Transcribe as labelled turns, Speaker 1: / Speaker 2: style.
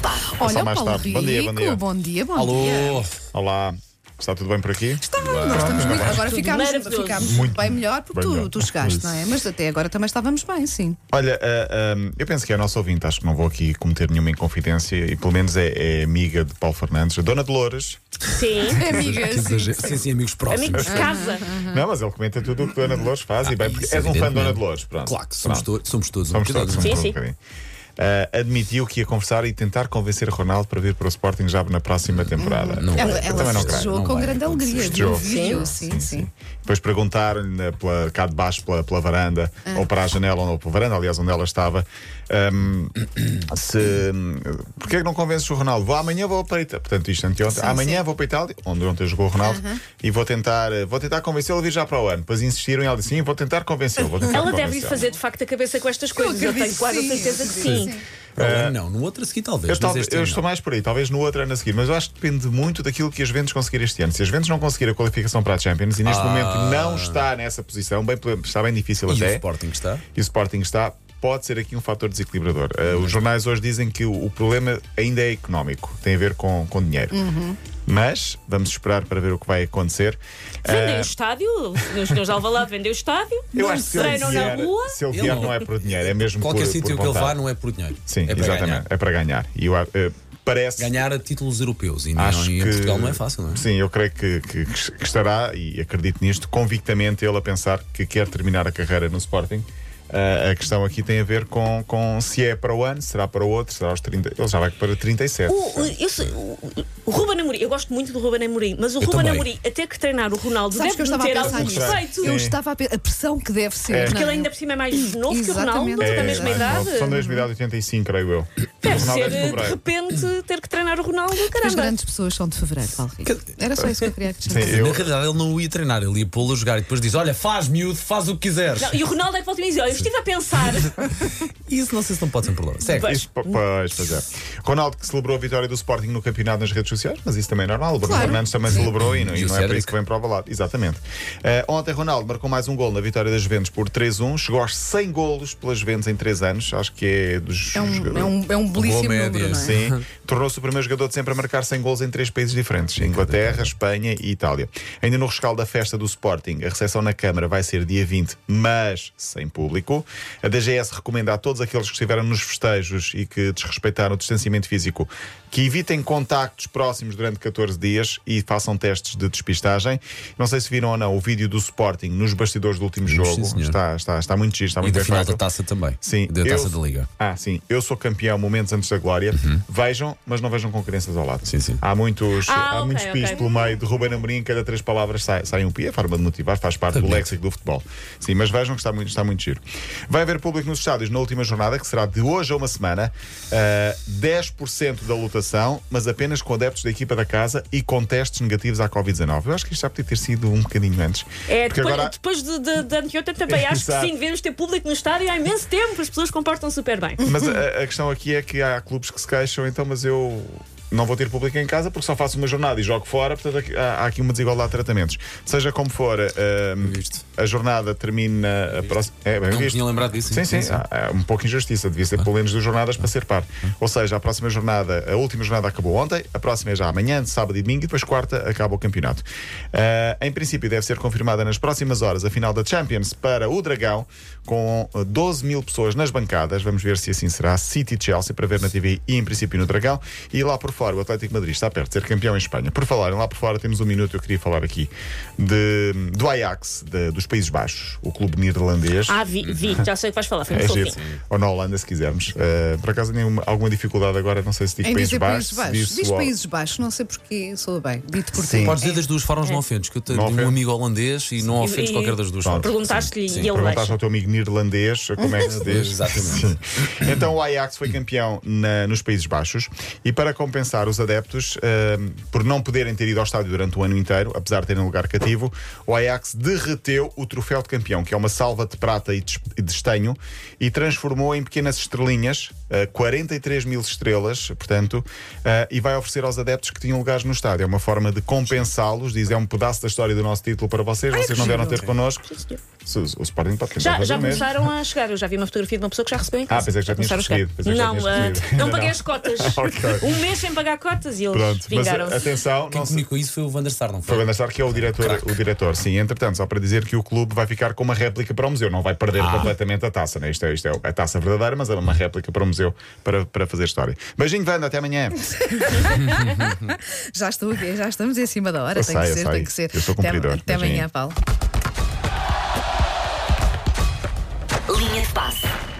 Speaker 1: tarde.
Speaker 2: Olha,
Speaker 3: Só
Speaker 2: o
Speaker 3: mais
Speaker 2: Paulo
Speaker 3: tarde. Bom dia,
Speaker 2: Rico,
Speaker 3: bom dia.
Speaker 2: bom dia, bom
Speaker 4: Alô?
Speaker 2: dia.
Speaker 3: Olá, está tudo bem por aqui?
Speaker 2: Está bem, nós estamos muito. Agora
Speaker 1: Tudo
Speaker 2: ficámos,
Speaker 1: maravilhoso.
Speaker 2: ficámos
Speaker 3: Muito
Speaker 2: bem melhor porque
Speaker 3: bem
Speaker 2: tu,
Speaker 3: melhor.
Speaker 2: tu chegaste, não é? Mas até agora também estávamos bem, sim.
Speaker 3: Olha, ah, ah, eu penso que é a nossa ouvinte, acho que não vou aqui cometer nenhuma inconfidência e pelo menos é, é amiga de Paulo Fernandes, a Dona Dolores.
Speaker 1: Sim.
Speaker 2: Amiga,
Speaker 4: Que
Speaker 2: sim.
Speaker 4: exagero. Sim, sim, amigos próximos. É.
Speaker 1: Amigos de casa.
Speaker 2: Uhum.
Speaker 3: Não, mas ele comenta tudo o que Dona Dolores faz e bem, porque
Speaker 4: Ah, isso,
Speaker 3: és um fã de Dona
Speaker 4: evidentemente.
Speaker 3: Dolores. Pronto.
Speaker 4: Claro que somos,
Speaker 3: Pronto.
Speaker 4: to- somos todos. um
Speaker 3: Somos
Speaker 4: bocadinho.
Speaker 3: todos, somos
Speaker 1: Sim,
Speaker 3: todos
Speaker 1: sim.
Speaker 3: um bocadinho. Ah, admitiu que ia conversar e tentar convencer Ronaldo para vir para o Sporting já na próxima temporada.
Speaker 4: Não
Speaker 2: Ela,
Speaker 4: vai-
Speaker 3: Eu
Speaker 2: ela
Speaker 3: também não
Speaker 2: festejou
Speaker 4: creio,
Speaker 2: com
Speaker 4: não vai
Speaker 2: grande
Speaker 4: acontecer.
Speaker 2: alegria.
Speaker 3: Festejou.
Speaker 2: Viu, viu, sim, sim.
Speaker 3: Depois perguntaram pela, cá de baixo, pela, pela varanda,
Speaker 2: Ah.
Speaker 3: ou para a janela, ou para a varanda, aliás, onde ela estava, hum, se. hum, Porquê que não convences o Ronaldo? Vou amanhã vou para a Itália. Portanto, isto anteontem. amanhã vou para a Itália, onde ontem jogou o Ronaldo, e vou tentar, vou tentar convencê-lo a vir já para o ano. Depois insistiram e ela disse: sim, vou tentar convencê-lo. vou tentar
Speaker 1: Ela deve lhe
Speaker 3: convencê-lo."
Speaker 1: fazer de facto a cabeça com estas coisas. Eu
Speaker 2: acredito
Speaker 1: tenho quase a
Speaker 2: que sim,
Speaker 1: certeza que sim.
Speaker 4: Agora não, no outro a seguir talvez.
Speaker 3: Eh, Eu,
Speaker 4: mas
Speaker 3: talvez-
Speaker 4: este
Speaker 3: eu
Speaker 4: ano
Speaker 3: estou
Speaker 4: não.
Speaker 3: mais por aí, talvez no outro ano a seguir, mas eu acho que depende muito daquilo que as Ventos conseguir este ano. Se as Ventos não conseguir a qualificação para a Champions e neste momento não está nessa posição, bem, pela- está bem difícil
Speaker 4: Ah. E o
Speaker 3: até,
Speaker 4: Sporting está?
Speaker 3: e o Sporting está, pode ser aqui um fator desequilibrador. Uh, os jornais hoje dizem que o, o problema ainda é económico, tem a ver com, com dinheiro.
Speaker 1: Uhum.
Speaker 3: Mas vamos esperar para ver o que vai acontecer.
Speaker 1: Vendem o
Speaker 3: Uh,
Speaker 1: estádio, os senhores de Alvalade vendem o estádio,
Speaker 3: eu acho que se ele
Speaker 1: treinam na
Speaker 3: vier,
Speaker 1: rua.
Speaker 3: se ele
Speaker 4: Ele
Speaker 3: vier
Speaker 4: não-
Speaker 3: não é por dinheiro, é mesmo
Speaker 4: Qualquer
Speaker 3: por,
Speaker 4: sítio
Speaker 3: por
Speaker 4: que ele vá
Speaker 3: vontade.
Speaker 4: não é por dinheiro.
Speaker 3: Sim,
Speaker 4: é para
Speaker 3: exatamente,
Speaker 4: ganhar.
Speaker 3: é para ganhar. E eu, uh, parece
Speaker 4: Ganhar a títulos europeus e não-
Speaker 3: Acho
Speaker 4: e em
Speaker 3: que-
Speaker 4: Portugal não é fácil, não é?
Speaker 3: Sim, eu creio que, que- que estará, e acredito nisto, convictamente ele a pensar que quer terminar a carreira no Sporting. Ah, a questão aqui tem a ver com, com se é para o ano, será para o outro, será aos 30. Ele já vai para 37.
Speaker 1: O, o- eu sei- o- o Ruben Amorim, eu gosto muito do Ruben Amorim, mas o
Speaker 4: Eu
Speaker 1: Ruben
Speaker 4: também.
Speaker 1: Amorim, até que treinar o Ronaldo,
Speaker 2: Sabes que eu
Speaker 1: deve
Speaker 2: estava a
Speaker 1: ter
Speaker 2: pensar
Speaker 1: algum
Speaker 2: nisso.
Speaker 1: respeito.
Speaker 2: Eu
Speaker 3: Sim.
Speaker 2: estava a, pe- a pressão que deve ser.
Speaker 3: É.
Speaker 2: não
Speaker 1: Porque ele ainda por cima é mais novo que o Ronaldo,
Speaker 2: Exatamente.
Speaker 1: da
Speaker 2: É,
Speaker 1: mesma
Speaker 3: mais
Speaker 1: idade.
Speaker 3: novo. São dois mil e 85, creio eu.
Speaker 1: Deve
Speaker 3: O Ronaldo
Speaker 1: ser,
Speaker 3: é de
Speaker 1: de
Speaker 3: fevereiro.
Speaker 1: repente, ter que treinar o Ronaldo,
Speaker 2: As
Speaker 1: caramba.
Speaker 2: grandes pessoas são de fevereiro, Paulo Rico. Era só isso que eu queria acrescentar.
Speaker 3: Sim, eu-
Speaker 4: Na realidade, ele não o ia treinar, ele ia pô-lo a jogar e depois diz: Olha, faz miúdo, faz o que quiseres.
Speaker 1: Não, e o Ronaldo é que volta e diz: Olha, eu estive a pensar.
Speaker 4: Isso não sei se não pode ser um problema. Segue.
Speaker 1: Bem,
Speaker 3: Isso, po- pois, pois é. Ronaldo que celebrou a vitória do Sporting no campeonato nas redes sociais, mas isso também é normal. O Bruno
Speaker 2: Claro.
Speaker 3: Fernandes também celebrou e não, e
Speaker 4: E o
Speaker 3: não é por isso
Speaker 4: Cédric.
Speaker 3: que vem para o balado. Exatamente. Eh, ontem Ronaldo marcou mais um gol na vitória das Juventus por 3-1, chegou aos 100 golos pelas Juventus em 3 anos. Acho que é dos.
Speaker 2: É um, é um, é um belíssimo
Speaker 4: média,
Speaker 2: número, não é?
Speaker 3: Sim, tornou-se o primeiro jogador de sempre a marcar 100 gols em três países diferentes: Inglaterra, Espanha e Itália. Ainda no rescaldo da festa do Sporting, a recepção na Câmara vai ser dia 20, mas sem público. A DGS recomenda a todos aqueles que estiveram nos festejos e que desrespeitaram o distanciamento físico que evitem contactos próximos durante 14 dias e façam testes de despistagem. Não sei se viram ou não o vídeo do Sporting nos bastidores do último
Speaker 4: Vimos,
Speaker 3: jogo.
Speaker 4: sim, senhor.
Speaker 3: está, está, está muito giro, está
Speaker 4: E
Speaker 3: muito
Speaker 4: da
Speaker 3: bem
Speaker 4: final
Speaker 3: feito.
Speaker 4: da taça também.
Speaker 3: Sim,
Speaker 4: Da
Speaker 3: eu-
Speaker 4: taça da Liga.
Speaker 3: Ah, sim. Eu sou campeão momentos antes da glória. Vejam, mas não vejam com crianças ao lado.
Speaker 4: Uhum. Sim, sim.
Speaker 3: Há muitos,
Speaker 1: Ah,
Speaker 3: há
Speaker 1: ok,
Speaker 3: muitos pis
Speaker 1: ok.
Speaker 3: pelo meio de Ruben Amorim. em Cada três palavras sai, sai um pi. É forma de motivar, faz parte do
Speaker 4: Sabia.
Speaker 3: léxico do futebol. Sim, mas vejam que está muito, está muito giro. Vai haver público nos estádios na última jornada, que será de hoje a uma semana. Ah, 10% da lotação, mas apenas com adeptos da equipa da casa e com testes negativos à Covid-19. Eu acho que isto já podia ter sido um bocadinho antes.
Speaker 1: É,
Speaker 3: Porque
Speaker 1: depois,
Speaker 3: agora-
Speaker 1: depois de, de, de anteontem também acho que
Speaker 3: Exato.
Speaker 1: sim, devemos ter público no estádio há imenso tempo, as pessoas comportam super bem.
Speaker 3: Mas a, a questão aqui é que há clubes que se queixam, então, mas eu não vou ter público em casa porque só faço uma jornada e jogo fora, portanto aqui- há, há aqui uma desigualdade de tratamentos. Seja como for, ahm,
Speaker 4: Visto.
Speaker 3: a jornada termina a próxima. É, bem
Speaker 4: Não me
Speaker 3: visto.
Speaker 4: tinha lembrado disso.
Speaker 3: Sim, sim, há- há um pouco injustiça, devia ser pelo menos duas jornadas para ser par. Ou seja, a próxima jornada, a última jornada acabou ontem, a próxima é já amanhã, sábado e domingo, e depois quarta acaba o campeonato. Ah, em princípio, deve ser confirmada nas próximas horas a final da Champions para o Dragão, com ah, 12 mil pessoas nas bancadas. Vamos ver se assim será. City e Chelsea para ver na TV e em princípio no Dragão. E lá por fora, o Atlético de Madrid está perto de ser campeão em Espanha. Por falarem lá por fora, temos um minuto, eu queria falar aqui de, do Ajax, de- dos Países Baixos, o clube neerlandês.
Speaker 1: Ah, vi, vi, já sei o que vais falar, foi
Speaker 3: É
Speaker 1: muito
Speaker 3: giro.
Speaker 1: fofinho.
Speaker 3: Ou na Holanda, se quisermos. Eh, por acaso, tenho uma- alguma dificuldade agora, não sei se digo
Speaker 2: Em
Speaker 3: Países
Speaker 2: dizer
Speaker 3: Baixos.
Speaker 2: Países
Speaker 3: se
Speaker 2: Baixos. Diz
Speaker 3: Suó-
Speaker 2: Países Baixos, não sei porque sou bem. Dito por
Speaker 3: Sim.
Speaker 2: ti.
Speaker 4: Podes dizer das duas formas, não ofendes. Que eu tenho
Speaker 3: Não
Speaker 4: um
Speaker 3: ofende.
Speaker 4: amigo holandês e não
Speaker 1: É. E-
Speaker 4: ofendes
Speaker 1: e-
Speaker 4: qualquer das duas formas.
Speaker 1: Perguntaste-lhe
Speaker 4: Sim,
Speaker 1: e ele
Speaker 3: Perguntaste
Speaker 1: deixa.
Speaker 3: ao teu amigo neerlandês como é que se diz.
Speaker 4: Exatamente.
Speaker 3: Sim. Então o Ajax foi campeão na- nos Países Baixos e para compensar compensar os adeptos ahm, por não poderem ter ido ao estádio durante o ano inteiro, apesar de terem lugar cativo, o Ajax derreteu o troféu de campeão, que é uma salva de prata e de es- e de estanho, e transformou em pequenas estrelinhas, ah, 43 mil estrelas, portanto, ah, e vai oferecer aos adeptos que tinham lugares no estádio. É uma forma de compensá-los, diz, é um pedaço da história do nosso título para vocês, vocês não
Speaker 2: giro.
Speaker 3: deram a ter connosco.
Speaker 1: Sim, senhor.
Speaker 3: Se O, o Sporting pode tentar
Speaker 1: Já,
Speaker 3: fazer
Speaker 1: já
Speaker 3: Então o mesmo.
Speaker 1: começaram a chegar. Eu já vi uma fotografia de uma pessoa que já recebeu em casa.
Speaker 3: Ah, pensei que já tinhas
Speaker 1: começaram a chegar.
Speaker 3: recebido, pensei que já
Speaker 1: não,
Speaker 3: tinhas
Speaker 1: ah,
Speaker 3: recebido.
Speaker 1: não paguei
Speaker 3: Não.
Speaker 1: as cotas.
Speaker 3: Ok.
Speaker 1: Um mês sem pagar cotas e eles
Speaker 3: Pronto, mas eh, assim,
Speaker 1: vingaram-se.
Speaker 3: atenção,
Speaker 4: Quem
Speaker 3: não se
Speaker 4: comunicou isso foi o Van der Sar, não
Speaker 3: Foi o
Speaker 4: foi?
Speaker 3: Van der Sar que é o diretor,
Speaker 4: Crack.
Speaker 3: o diretor, sim. Entretanto, só para dizer que o clube vai ficar com uma réplica para o museu, não vai perder completamente a taça, né? Isto é, isto é a taça verdadeira, mas é uma réplica para o museu para, para fazer história. Beijinho, Wanda, até amanhã.
Speaker 2: Já estou aqui, já estamos em cima da hora.
Speaker 3: Eu
Speaker 2: tem
Speaker 3: sei,
Speaker 2: que
Speaker 3: eu
Speaker 2: ser,
Speaker 3: sei.
Speaker 2: tem que ser.
Speaker 3: Eu sou
Speaker 2: Até-
Speaker 3: cumpridor,
Speaker 2: até
Speaker 3: beijinho.
Speaker 2: amanhã, Paulo.